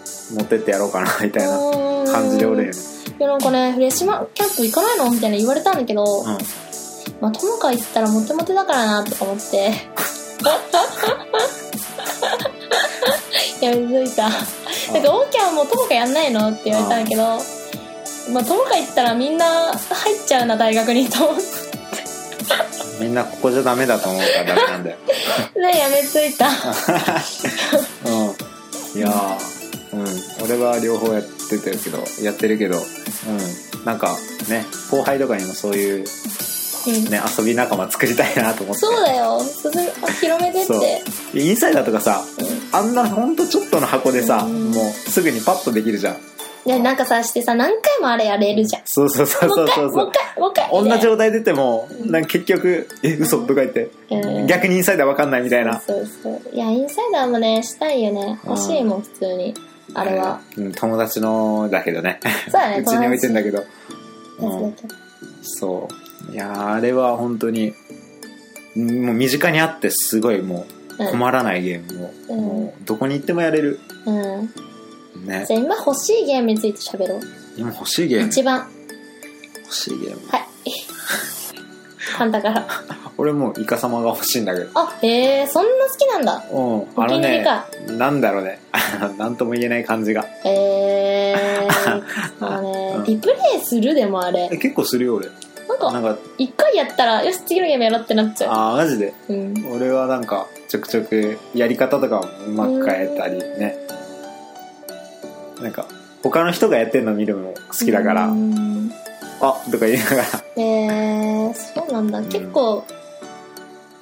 [SPEAKER 2] ってってやろうかなみたいな感じで俺よ
[SPEAKER 1] いやなんかねフレッシュマンキャンプ行かないのみたいな言われたんだけど、
[SPEAKER 2] うん
[SPEAKER 1] まあ友果行ったらモテモテだからなとか思って やめといたなんかオーキャンも友果やんないのって言われたんだけどまあ友果行ったらみんな入っちゃうな大学にと思って
[SPEAKER 2] みんなここじゃダメだと思うからダメなんだよ
[SPEAKER 1] でやめとい た
[SPEAKER 2] うんいやーうん俺は両方やっててるけどやってるけどうんなんかね後輩とかにもそういう
[SPEAKER 1] うん
[SPEAKER 2] ね遊び仲間作りたいなと思って
[SPEAKER 1] そうだよ進めあ広めてっ
[SPEAKER 2] そう
[SPEAKER 1] て
[SPEAKER 2] インサイダーとかさあんなほんとちょっとの箱でさ
[SPEAKER 1] うん
[SPEAKER 2] もうすぐにパッとできるじゃん
[SPEAKER 1] でなんかさしてさ何回もあれやれるじゃん
[SPEAKER 2] そうそうそう
[SPEAKER 1] も
[SPEAKER 2] そうう
[SPEAKER 1] 一回
[SPEAKER 2] そう
[SPEAKER 1] もう一回もう一回
[SPEAKER 2] 同じ状態出てもなんか結局「え嘘とか言って
[SPEAKER 1] うん
[SPEAKER 2] 逆にインサイダーわかんないみたいな
[SPEAKER 1] そうそういやインサイダーもねしたいよね欲しいもん普通にあれは、
[SPEAKER 2] うん友達のだけどね
[SPEAKER 1] そうだね
[SPEAKER 2] うちに置いてんだけど、
[SPEAKER 1] 友
[SPEAKER 2] うん、
[SPEAKER 1] 達のやつだ
[SPEAKER 2] そういやーあれは本当にんもう身近にあってすごいも
[SPEAKER 1] け
[SPEAKER 2] う
[SPEAKER 1] ど
[SPEAKER 2] 困らないゲームを、
[SPEAKER 1] うん
[SPEAKER 2] もうどこに行ってもやれる
[SPEAKER 1] うん、うん、
[SPEAKER 2] ね
[SPEAKER 1] じゃあ今欲しいゲームについて喋ろう、
[SPEAKER 2] 今欲しいゲーム
[SPEAKER 1] 一番
[SPEAKER 2] 欲しいゲーム
[SPEAKER 1] はいカンタから
[SPEAKER 2] 俺もうイカ様が欲しいんだけど
[SPEAKER 1] あへえそんな好きなんだ
[SPEAKER 2] うんあの
[SPEAKER 1] お気に入り
[SPEAKER 2] ね
[SPEAKER 1] か
[SPEAKER 2] なんだろうね なんとも言えない感じが
[SPEAKER 1] え ー、そう
[SPEAKER 2] う
[SPEAKER 1] ね
[SPEAKER 2] ん
[SPEAKER 1] リプレイするでもあれ
[SPEAKER 2] え結構するよ俺
[SPEAKER 1] なん
[SPEAKER 2] なん
[SPEAKER 1] か
[SPEAKER 2] か
[SPEAKER 1] 一回やったらよし次のゲームやろうってなっちゃ
[SPEAKER 2] ああマジで
[SPEAKER 1] ううん
[SPEAKER 2] 俺はなんかちょくちょくやり方とかもうまく変えたりねなんか他の人がやってるの見るのも好きだから「
[SPEAKER 1] うん
[SPEAKER 2] あとか言いながら
[SPEAKER 1] えー、そうなんだ、
[SPEAKER 2] うん
[SPEAKER 1] 結構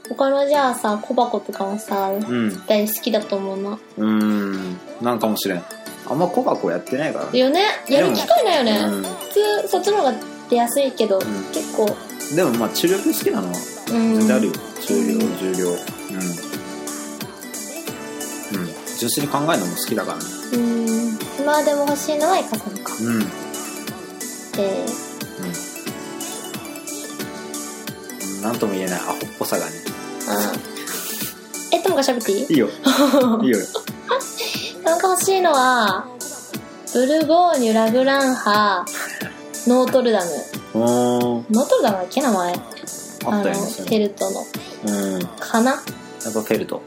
[SPEAKER 1] 他のじゃあさ小箱とかもさ
[SPEAKER 2] うん
[SPEAKER 1] 大好きだと思うな
[SPEAKER 2] うんなんかもしれんあんま小箱やってないからね
[SPEAKER 1] よねやる機会ないよね、普通そっちの方が出やすいけど、結構
[SPEAKER 2] うん、でもまあ中力好きなのは
[SPEAKER 1] うん
[SPEAKER 2] 全然あるよ中量重量うんうん純粋に考えるのも好きだからね
[SPEAKER 1] うんまあでも欲しいのはイカさんか
[SPEAKER 2] うん
[SPEAKER 1] え
[SPEAKER 2] うんなんとも言えないアホっぽさがね
[SPEAKER 1] ー、あえともかしゃべっていい
[SPEAKER 2] い いよいいよ
[SPEAKER 1] なんか欲しいのはブルゴーニュラグランハノートルダム
[SPEAKER 2] うん
[SPEAKER 1] ノートルダムだっけ名前
[SPEAKER 2] あ
[SPEAKER 1] あ
[SPEAKER 2] ったよね
[SPEAKER 1] の
[SPEAKER 2] そう
[SPEAKER 1] ペ
[SPEAKER 2] いう
[SPEAKER 1] ルトの
[SPEAKER 2] のうんやっ
[SPEAKER 1] かな
[SPEAKER 2] ぱフェルト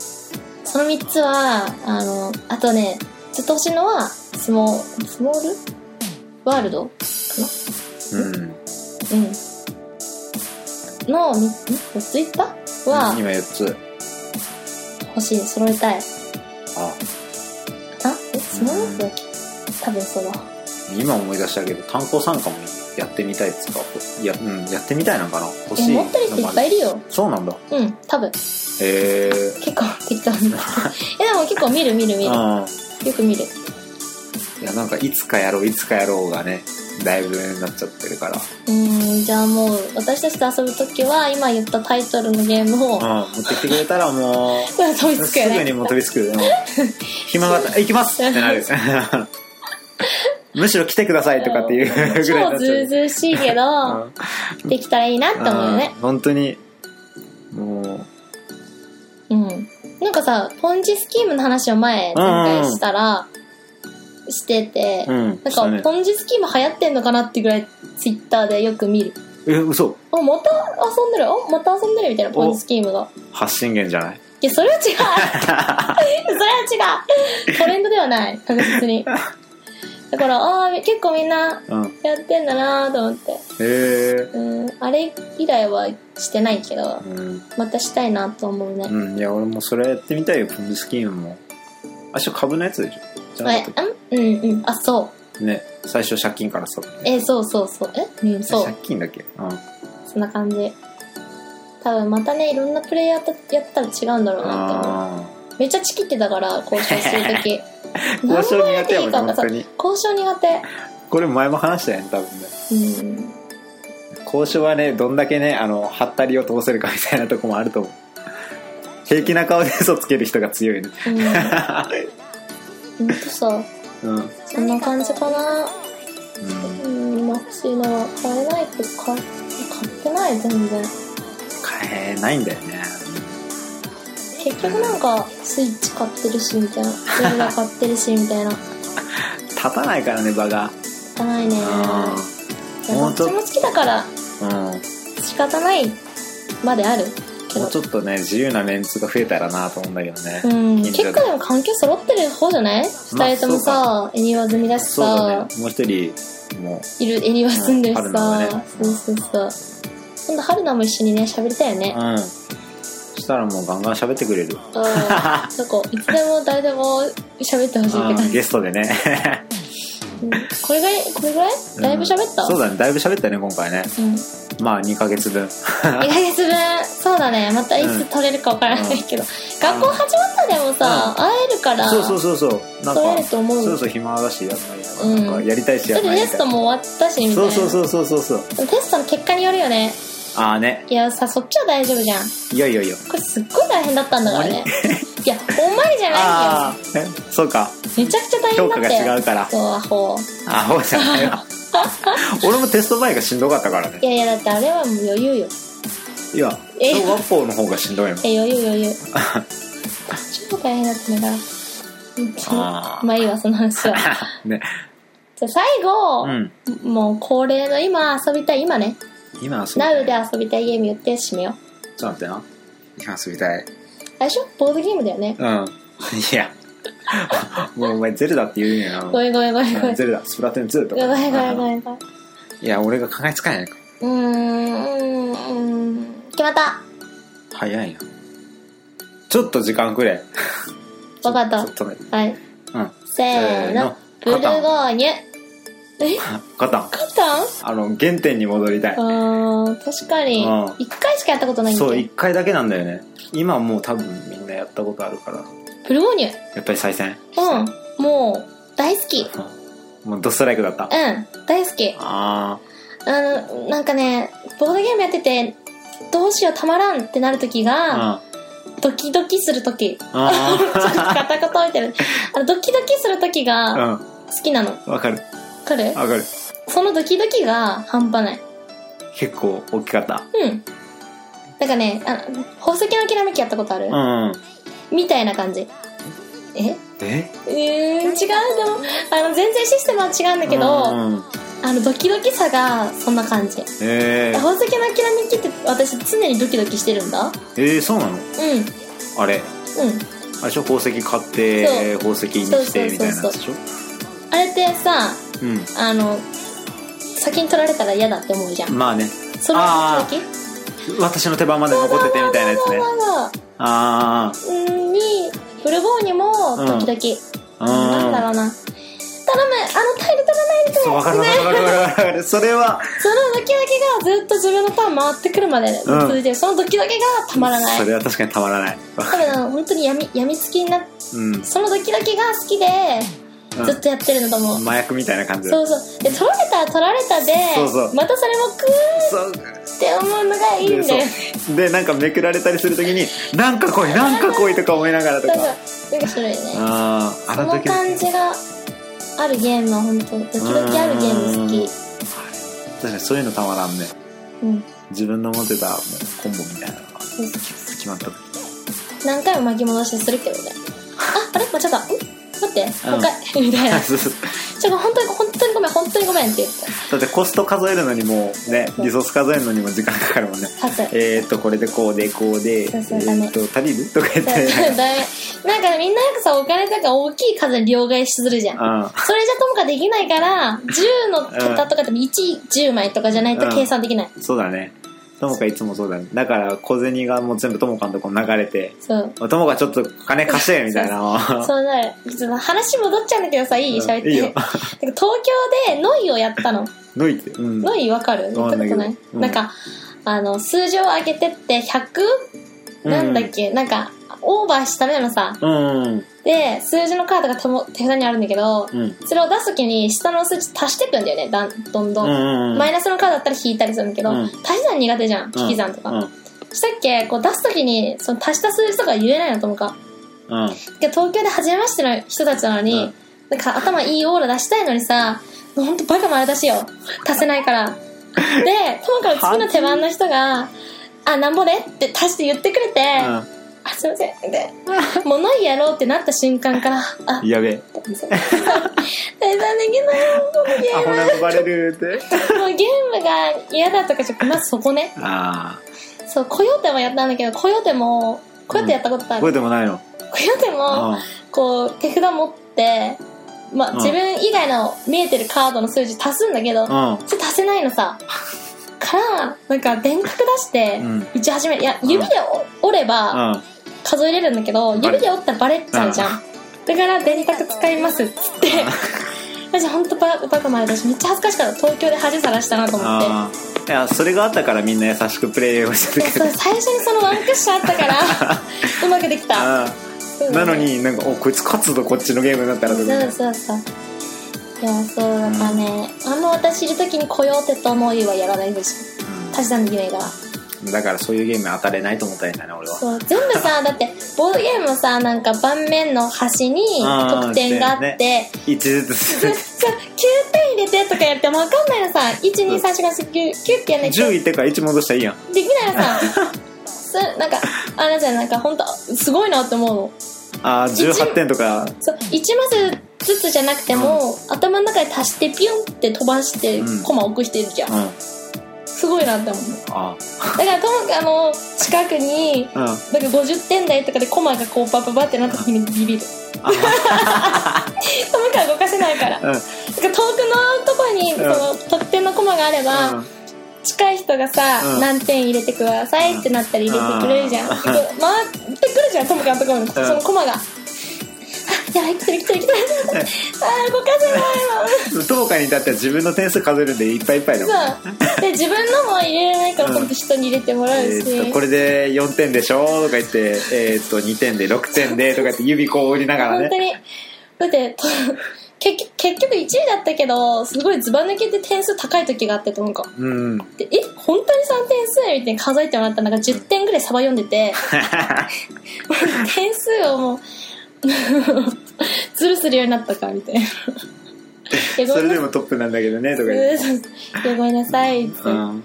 [SPEAKER 1] その3つは、あの、あとね、ずっと欲しいのは、スモー、スモールワールド
[SPEAKER 2] うん
[SPEAKER 1] うん。の、み、ん4ついったは、
[SPEAKER 2] 今4つ
[SPEAKER 1] 欲しい、揃えたい。
[SPEAKER 2] あ
[SPEAKER 1] あ、え、スモールワールドだっけ多分そうだ。
[SPEAKER 2] 今思い出したけど炭鉱参加もやってみたいっつうかいや,、うん、やってみたいなんかな欲し
[SPEAKER 1] え、
[SPEAKER 2] い
[SPEAKER 1] 持ってる人いっぱいいるよ。
[SPEAKER 2] そうなんだ
[SPEAKER 1] うん、多分。
[SPEAKER 2] へえ
[SPEAKER 1] 結構適当 に。え、でも結構見る見る見る。よ
[SPEAKER 2] あ
[SPEAKER 1] く見る。
[SPEAKER 2] いやなんかいつかやろういつかやろうがねだいぶになっちゃってるから
[SPEAKER 1] うーん、じゃあもう、私たちと遊ぶときは、今言ったタイトルのゲームを、
[SPEAKER 2] うん持ってきてくれたらもう
[SPEAKER 1] 飛びつく
[SPEAKER 2] す
[SPEAKER 1] よ
[SPEAKER 2] ぐ
[SPEAKER 1] ね。
[SPEAKER 2] にもう飛び つくよね暇があったら行きますってなる むしろ来てくださいとかっていう ぐらいにな
[SPEAKER 1] 超
[SPEAKER 2] っ
[SPEAKER 1] ず
[SPEAKER 2] ちゃ
[SPEAKER 1] う
[SPEAKER 2] う
[SPEAKER 1] ずうしいけど、
[SPEAKER 2] うん
[SPEAKER 1] できたらいいなって思うよね
[SPEAKER 2] うん本当にもう
[SPEAKER 1] うんなんかさポンジスキームの話を前前回したらしてて、
[SPEAKER 2] うん
[SPEAKER 1] なんか、ポンジスキーム流行ってんのかなってぐらいツイッターでよく見る
[SPEAKER 2] ええ嘘
[SPEAKER 1] おまた遊んでるおまた遊んでるみたいなポイントスキームが
[SPEAKER 2] 発信源じゃない
[SPEAKER 1] いやそれは 違うそれは違うトレンドではない確実 にだからああ結構みんな
[SPEAKER 2] うんへ
[SPEAKER 1] やってんだなと思って
[SPEAKER 2] え
[SPEAKER 1] うんあれ以来はしてないけど
[SPEAKER 2] うん、
[SPEAKER 1] またしたいなと思うね、
[SPEAKER 2] うん、いや俺もそれやってみたいよポンドスキームもあしょ株のやつでしょじゃな
[SPEAKER 1] え
[SPEAKER 2] く
[SPEAKER 1] うんうんうんあそう
[SPEAKER 2] てね最初借金からそう
[SPEAKER 1] えそうそうそうえうんそう
[SPEAKER 2] 借金だっけうん
[SPEAKER 1] そんな感じ多分またねいろんなプレイヤーとやったら違うんだろうなって思う
[SPEAKER 2] あ
[SPEAKER 1] めっちゃチキってたから交渉するとき
[SPEAKER 2] ー 交渉苦手やもん
[SPEAKER 1] 何も
[SPEAKER 2] ね本
[SPEAKER 1] やって
[SPEAKER 2] 当
[SPEAKER 1] いい
[SPEAKER 2] に
[SPEAKER 1] か分かんない交渉苦手
[SPEAKER 2] これ前も話したよね多分ね
[SPEAKER 1] うん
[SPEAKER 2] 交渉はねどんだけねあのハったりを通せるかみたいなとこもあると思う平気な顔で嘘つける人が強いね
[SPEAKER 1] うんほんとさ
[SPEAKER 2] うん、うん、
[SPEAKER 1] そんな感じかなうんマッチのは買えないけど買買ってない全然
[SPEAKER 2] 買えないんだよね
[SPEAKER 1] 結局なんかスイッチ買ってるしみたいな映画買ってるしみたいな
[SPEAKER 2] 立たないからね場が
[SPEAKER 1] 行かないね
[SPEAKER 2] うん
[SPEAKER 1] ど
[SPEAKER 2] もう
[SPEAKER 1] っ
[SPEAKER 2] ちょ
[SPEAKER 1] ちも好きだから
[SPEAKER 2] うん
[SPEAKER 1] 仕方ないまであるけ
[SPEAKER 2] も
[SPEAKER 1] ど
[SPEAKER 2] うちょっとね自由なメンツが増えたらなと思うんだけどね
[SPEAKER 1] うん
[SPEAKER 2] 近所で
[SPEAKER 1] 結構でも関係揃ってる方じゃない
[SPEAKER 2] まあ
[SPEAKER 1] 2人ともさ恵庭済みだし
[SPEAKER 2] そうだ
[SPEAKER 1] さ
[SPEAKER 2] ねもう一人も
[SPEAKER 1] いる恵庭住んでるし
[SPEAKER 2] 春菜
[SPEAKER 1] さ
[SPEAKER 2] はね
[SPEAKER 1] そうそうそう今度春菜も一緒にね喋りたいよ
[SPEAKER 2] う
[SPEAKER 1] ね
[SPEAKER 2] うんそしたらもうガンガン喋ってくれる
[SPEAKER 1] うんなんかいつでも誰でも喋ってほしいって
[SPEAKER 2] う
[SPEAKER 1] 感
[SPEAKER 2] ん
[SPEAKER 1] じ
[SPEAKER 2] ゲストでね
[SPEAKER 1] うんこれぐらいこれぐらいだいぶ喋った
[SPEAKER 2] うんそうだねだいぶ喋ったね今回ね
[SPEAKER 1] うん
[SPEAKER 2] まあ2ヶ月分
[SPEAKER 1] 2ヶ月分そうだねまたいつ取れるかわからないけど、学校始まったでもさ、会えるから
[SPEAKER 2] そうそうそうそうなん
[SPEAKER 1] 取
[SPEAKER 2] か
[SPEAKER 1] れると思う
[SPEAKER 2] そうそう暇だしやっぱり、
[SPEAKER 1] うん
[SPEAKER 2] なんかやりたいし
[SPEAKER 1] そ
[SPEAKER 2] や
[SPEAKER 1] れ
[SPEAKER 2] っ
[SPEAKER 1] で
[SPEAKER 2] ぱり
[SPEAKER 1] テストも終わったしみたい
[SPEAKER 2] そ
[SPEAKER 1] な
[SPEAKER 2] うそうそうそうそうそう
[SPEAKER 1] テストの結果によるよね
[SPEAKER 2] ああね
[SPEAKER 1] いやさそっちは大丈夫じゃん
[SPEAKER 2] いやいやいや
[SPEAKER 1] これすっごい大変だったんだからねいやお前じゃな
[SPEAKER 2] ああえそうか
[SPEAKER 1] いよめちゃくちゃ大
[SPEAKER 2] 評
[SPEAKER 1] 変だっ
[SPEAKER 2] 価が
[SPEAKER 1] たよ
[SPEAKER 2] 違うから
[SPEAKER 1] そうアホ
[SPEAKER 2] あほうじゃない わ俺もテスト前がしんどかったからね
[SPEAKER 1] いやいやだってあれはもう余裕よ
[SPEAKER 2] いや
[SPEAKER 1] え
[SPEAKER 2] 小学校の方がしんどいもん
[SPEAKER 1] え余裕 余裕超大変だったんだからうんそう
[SPEAKER 2] あ ー
[SPEAKER 1] まあいいわその話は
[SPEAKER 2] ね
[SPEAKER 1] じゃあ最後、
[SPEAKER 2] うん
[SPEAKER 1] もう恒例の今遊びたい今ね
[SPEAKER 2] 今遊びた
[SPEAKER 1] Now
[SPEAKER 2] い
[SPEAKER 1] で遊びたいゲーム言って締めよう
[SPEAKER 2] ちょっと待ってな今遊びたい
[SPEAKER 1] あれでしょボードゲームだよね
[SPEAKER 2] うん いやもうお前ゼルダって言うんや
[SPEAKER 1] ごめんごめんごめんごめん
[SPEAKER 2] な
[SPEAKER 1] ご
[SPEAKER 2] ゼルダスプラトゥーン2と
[SPEAKER 1] め
[SPEAKER 2] か
[SPEAKER 1] んごめんごめんごめん
[SPEAKER 2] いや俺が考えつかないか
[SPEAKER 1] うーんうーん決まった
[SPEAKER 2] 早いなちょっと時間くれ
[SPEAKER 1] わかっ
[SPEAKER 2] ち
[SPEAKER 1] た
[SPEAKER 2] ょっとね
[SPEAKER 1] はい
[SPEAKER 2] うん
[SPEAKER 1] せーのブ
[SPEAKER 2] せ
[SPEAKER 1] ル
[SPEAKER 2] ーのカタン
[SPEAKER 1] ゴーニュえ
[SPEAKER 2] カタン
[SPEAKER 1] カタン
[SPEAKER 2] あの原点に戻りたい
[SPEAKER 1] あー確かに
[SPEAKER 2] うん
[SPEAKER 1] 一回しかやったことないんだ
[SPEAKER 2] そう
[SPEAKER 1] よ
[SPEAKER 2] 1回だけなんだよね今もう多分みんなやったことあるから
[SPEAKER 1] ブルゴーニュ
[SPEAKER 2] やっぱり再戦
[SPEAKER 1] うんもう大好き
[SPEAKER 2] もうドストライクだった
[SPEAKER 1] うん大好き
[SPEAKER 2] あ
[SPEAKER 1] あのなんかねボードゲームやっててどうしようたまらんってなる時
[SPEAKER 2] あ
[SPEAKER 1] が、
[SPEAKER 2] あ
[SPEAKER 1] ドキドキする時ちょっ
[SPEAKER 2] あ
[SPEAKER 1] と片言みた いなあのドキドキする時が
[SPEAKER 2] あ
[SPEAKER 1] 好きなのわ
[SPEAKER 2] うんわかる
[SPEAKER 1] かる
[SPEAKER 2] わかる
[SPEAKER 1] そのドキドキが半端ない
[SPEAKER 2] 結構大きかった
[SPEAKER 1] うんなんかねあの宝石のきらめきやったことある、
[SPEAKER 2] うん
[SPEAKER 1] みたいな感じえ
[SPEAKER 2] え
[SPEAKER 1] うーん違うでもあの全然システムは違うんだけど、
[SPEAKER 2] うん
[SPEAKER 1] あのドキドキさがそんな感じ
[SPEAKER 2] えー
[SPEAKER 1] 宝石のきらめきって私常にドキドキしてるんだ
[SPEAKER 2] えーそうなの
[SPEAKER 1] うん
[SPEAKER 2] あれ
[SPEAKER 1] うん
[SPEAKER 2] あれでしょ宝石買って宝石にしてみたいなやつでしょ
[SPEAKER 1] あれってさ
[SPEAKER 2] う
[SPEAKER 1] あの先に取られたら嫌だって思うじゃん
[SPEAKER 2] んまあね
[SPEAKER 1] それは時々
[SPEAKER 2] 私の手番まで残っててみたいなやつね
[SPEAKER 1] まあまあ
[SPEAKER 2] あ
[SPEAKER 1] うんにブルボーニュも
[SPEAKER 2] うん
[SPEAKER 1] 時々、
[SPEAKER 2] あ
[SPEAKER 1] なんだろうな頼むあのタイル取らないで
[SPEAKER 2] そうわかるわかるわかるわか るそれは
[SPEAKER 1] そのドキドキがずっと自分のターン回ってくるまで
[SPEAKER 2] うん
[SPEAKER 1] 続いてる、そのドキドキがたまらな
[SPEAKER 2] そ
[SPEAKER 1] い
[SPEAKER 2] れは確かにたまらない
[SPEAKER 1] 多分本当にやみやみつきになっ
[SPEAKER 2] うん、うん
[SPEAKER 1] そのドキドキが好きでずっとやってるのと思う、
[SPEAKER 2] 麻薬みたいな感じだ
[SPEAKER 1] そうそうで取られたら取られたで
[SPEAKER 2] そうそう
[SPEAKER 1] またそれもクー
[SPEAKER 2] そう
[SPEAKER 1] って思うのがいいん
[SPEAKER 2] で
[SPEAKER 1] だよ
[SPEAKER 2] そうでなんかめくられたりするときに「なんか来いなんか来い」とか思いながらとか
[SPEAKER 1] そうそうなんかそれね
[SPEAKER 2] あああ
[SPEAKER 1] そ
[SPEAKER 2] の
[SPEAKER 1] の
[SPEAKER 2] 時の
[SPEAKER 1] 感じがあるゲームは本当ドキドキあるゲーム好き
[SPEAKER 2] 確かにそういうのたまらんね
[SPEAKER 1] うん
[SPEAKER 2] 自分の持ってたもうコンボみたいなのが
[SPEAKER 1] そうそう
[SPEAKER 2] 決まった時
[SPEAKER 1] 何回も巻き戻してするけどねああれ間違ったん待って他、 みたいなち
[SPEAKER 2] そうそう
[SPEAKER 1] ょ本当に本当にごめん本当にごめんって言って
[SPEAKER 2] だってコスト数えるのにもねリソース数えるのにも時間かかるもんね
[SPEAKER 1] さす
[SPEAKER 2] えー、っとこれでこうでこうでえ
[SPEAKER 1] そうそうだね
[SPEAKER 2] ー、っと足りるとか言っ
[SPEAKER 1] だめ
[SPEAKER 2] て
[SPEAKER 1] なんかみんなよくさお金とか大きい数で両替するじゃん
[SPEAKER 2] あ
[SPEAKER 1] それじゃともかできないから10の桁とかでも110枚とかじゃないと計算できない、
[SPEAKER 2] そうだねともかいつもそうだねだから小銭がもう全部ともかのとこに流れて
[SPEAKER 1] そう
[SPEAKER 2] ともかちょっと金貸してみたいな
[SPEAKER 1] そうなるちょっと話戻っちゃうんだけどさいい
[SPEAKER 2] うん
[SPEAKER 1] 喋って
[SPEAKER 2] いいよ
[SPEAKER 1] なんか東京でノイをやったの
[SPEAKER 2] ノイってうん
[SPEAKER 1] ノイわかるやっ
[SPEAKER 2] わか
[SPEAKER 1] た
[SPEAKER 2] ん
[SPEAKER 1] こ
[SPEAKER 2] ないけ
[SPEAKER 1] とない、
[SPEAKER 2] どうん
[SPEAKER 1] なんかあの数字を上げてって
[SPEAKER 2] う
[SPEAKER 1] 100?
[SPEAKER 2] ん
[SPEAKER 1] なんだっけ、なんかオーバーしためのさ
[SPEAKER 2] うんうん
[SPEAKER 1] で数字のカードがとも手札にあるんだけど、
[SPEAKER 2] うん
[SPEAKER 1] それを出す時に下の数値足してくんだよねだんどんどん、
[SPEAKER 2] うんうん
[SPEAKER 1] マイナスのカードだったら引いたりするんだけど、
[SPEAKER 2] うん
[SPEAKER 1] 足し算苦手じゃん引き算とか、
[SPEAKER 2] うん
[SPEAKER 1] したっけこう出すときにその足した数字とか言えないのともか
[SPEAKER 2] うんうん
[SPEAKER 1] いや東京で初めましての人たちなのに、
[SPEAKER 2] うん
[SPEAKER 1] なんか頭いいオーラ出したいのにさほんとバカ丸出しよ足せない からでともかく次の手番の人が「あなんぼで?」って足して言ってくれて「あすいません」で「もうないやろ」うってなった瞬間から「あ
[SPEAKER 2] うんやべえ
[SPEAKER 1] 手算できないもう ゲ
[SPEAKER 2] アホ
[SPEAKER 1] ー
[SPEAKER 2] なのバレるって
[SPEAKER 1] ムもうゲームが嫌だとかじゃまずそこね
[SPEAKER 2] あ
[SPEAKER 1] そうコヨーテもやったんだけどコヨーテもコヨーテやったことある、
[SPEAKER 2] あ覚えてもないの
[SPEAKER 1] これでも、こう、手札持って、まあ、
[SPEAKER 2] うん
[SPEAKER 1] 自分以外の見えてるカードの数字足すんだけど、
[SPEAKER 2] うんうん
[SPEAKER 1] それ足せないのさ。から、なんか、電角出して
[SPEAKER 2] うん、
[SPEAKER 1] 打ち始める。いや、
[SPEAKER 2] ん
[SPEAKER 1] 指でお折れば、
[SPEAKER 2] うん
[SPEAKER 1] 数えれるんだけど、指で折ったらバレちゃうじゃん。だから、電卓使いますっつって。私ほんとババカまで私めっちゃ恥ずかしかった東京で恥さらしたなと思って
[SPEAKER 2] ああいやそれがあったからみんな優しくプレイをして
[SPEAKER 1] で
[SPEAKER 2] たけど
[SPEAKER 1] そう最初にそのワンクッションあった からうまくできた
[SPEAKER 2] ああなのになんかおこいつ勝つぞこっちのゲームになったらとか
[SPEAKER 1] そうそうそういやそうだからね、あんま私いる時にコヨーテとノイはやらないでしょ足し算できないから
[SPEAKER 2] うんだからそういうゲーム当たれないと思ったんだね俺は
[SPEAKER 1] そう全部さだってボードゲームもさなんか盤面の端に
[SPEAKER 2] あー
[SPEAKER 1] 得点があって、
[SPEAKER 2] 一
[SPEAKER 1] そ
[SPEAKER 2] ずつ
[SPEAKER 1] うそう9点入れてとかやっても分かんないのさ1234569ってやんないと
[SPEAKER 2] 10いってから1戻したらいいやん
[SPEAKER 1] できないのさそうなんかあれじゃんなんか本当すごいなって思うの
[SPEAKER 2] ああ18点とか
[SPEAKER 1] そう1マスずつじゃなくても、頭の中で足してピュンって飛ばして、
[SPEAKER 2] うん
[SPEAKER 1] コマ置く人いるじゃん
[SPEAKER 2] うん
[SPEAKER 1] すごいなって思う
[SPEAKER 2] あ
[SPEAKER 1] だからともかくあの近くに
[SPEAKER 2] あうん
[SPEAKER 1] なんか50点台とかでコマがこうバババってなった時にビ ビるともかく動かせないからだ
[SPEAKER 2] う
[SPEAKER 1] から
[SPEAKER 2] ん
[SPEAKER 1] 遠くのとこにそ
[SPEAKER 2] うん
[SPEAKER 1] の得点のコマがあれば、
[SPEAKER 2] うん
[SPEAKER 1] 近い人がさ、
[SPEAKER 2] うん
[SPEAKER 1] 何点入れてくださいってなったら入れてくれるじゃん、
[SPEAKER 2] うん
[SPEAKER 1] こう回ってくるじゃんともかくのところに、そのコマがあやばい来てる来てる来てるあー動かせないわ
[SPEAKER 2] 10日に至っては自分の点数数えるんでいっぱいいっぱいだもん
[SPEAKER 1] そうで自分のも入れられないから
[SPEAKER 2] うん
[SPEAKER 1] 本当人に入れてもらうし、
[SPEAKER 2] えーっとこれで4点でしょとか言って、えーっと2点で6点でとか言って指こう折りながら
[SPEAKER 1] 本当
[SPEAKER 2] ね
[SPEAKER 1] にだって と結局結局1位だったけどすごいズバ抜けて点数高い時があってと思うか
[SPEAKER 2] うん
[SPEAKER 1] でえ本当に3点数みたいに数えてもらったらなんか10点ぐらいサバ読んで て点数をもう ズルするようになったかみ たいないやご
[SPEAKER 2] そ
[SPEAKER 1] めんなさ
[SPEAKER 2] れで
[SPEAKER 1] い
[SPEAKER 2] もトップなんだけどねとか言って
[SPEAKER 1] いやごめんなさいって、
[SPEAKER 2] うん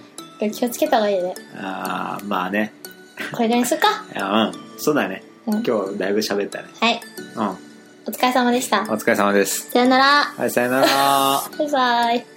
[SPEAKER 1] 気をつけた方がいいね
[SPEAKER 2] ああまあね
[SPEAKER 1] これぐらいにするか
[SPEAKER 2] あうんそうだね
[SPEAKER 1] うん
[SPEAKER 2] 今日だいぶ喋ったね
[SPEAKER 1] はい
[SPEAKER 2] うん
[SPEAKER 1] お疲れ様でした
[SPEAKER 2] お疲れ様です
[SPEAKER 1] さよなら
[SPEAKER 2] はいさよなら
[SPEAKER 1] バイバイ